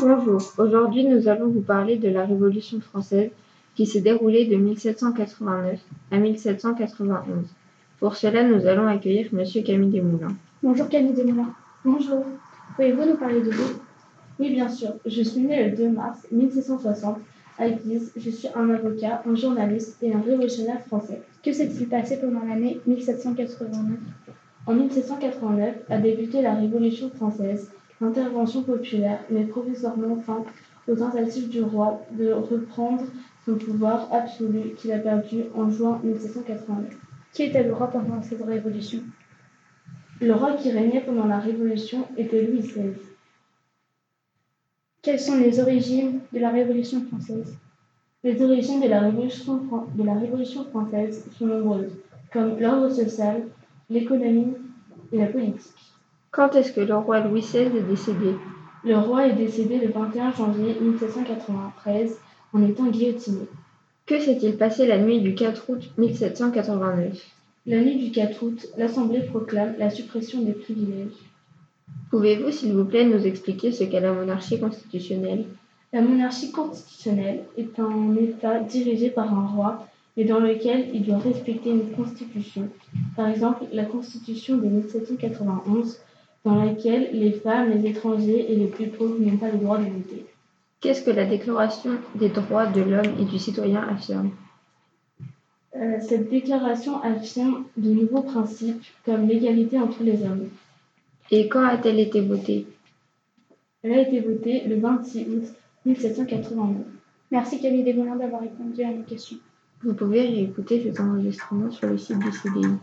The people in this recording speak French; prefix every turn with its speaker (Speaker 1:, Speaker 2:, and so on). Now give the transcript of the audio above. Speaker 1: Bonjour, aujourd'hui nous allons vous parler de la Révolution française qui s'est déroulée de 1789 à 1791. Pour cela, nous allons accueillir Monsieur Camille Desmoulins.
Speaker 2: Bonjour Camille Desmoulins.
Speaker 3: Bonjour.
Speaker 2: Pouvez-vous nous parler de vous
Speaker 3: Oui, bien sûr. Je suis née le 2 mars 1760 à Guise. Je suis un avocat, un journaliste et un révolutionnaire français.
Speaker 2: Que s'est-il passé pendant l'année 1789
Speaker 3: En 1789 a débuté la Révolution française, l'intervention populaire, mais provisoirement fin aux tentatives du roi de reprendre son pouvoir absolu qu'il a perdu en juin 1789.
Speaker 2: Qui était le roi pendant cette révolution
Speaker 3: Le roi qui régnait pendant la Révolution était Louis XVI.
Speaker 2: Quelles sont les origines de la Révolution française
Speaker 3: Les origines de la Révolution, Fran- de la Révolution française sont nombreuses, comme l'ordre social, l'économie et la politique.
Speaker 1: Quand est-ce que le roi Louis XVI est décédé
Speaker 3: Le roi est décédé le 21 janvier 1793 en étant guillotiné.
Speaker 1: Que s'est-il passé la nuit du 4 août 1789
Speaker 3: La nuit du 4 août, l'Assemblée proclame la suppression des privilèges.
Speaker 1: Pouvez-vous, s'il vous plaît, nous expliquer ce qu'est la monarchie constitutionnelle
Speaker 3: La monarchie constitutionnelle est un État dirigé par un roi, mais dans lequel il doit respecter une constitution. Par exemple, la constitution de 1791, dans laquelle les femmes, les étrangers et les plus pauvres n'ont pas le droit de voter.
Speaker 1: Qu'est-ce que la Déclaration des droits de l'homme et du citoyen affirme
Speaker 3: Euh, cette déclaration affirme de nouveaux principes comme l'égalité entre les hommes.
Speaker 1: Et quand a-t-elle été votée
Speaker 3: Elle a été votée le 26 août 1789.
Speaker 2: Merci Camille Desmoulins d'avoir répondu à nos questions.
Speaker 1: Vous pouvez réécouter cet enregistrement sur le site du CDI.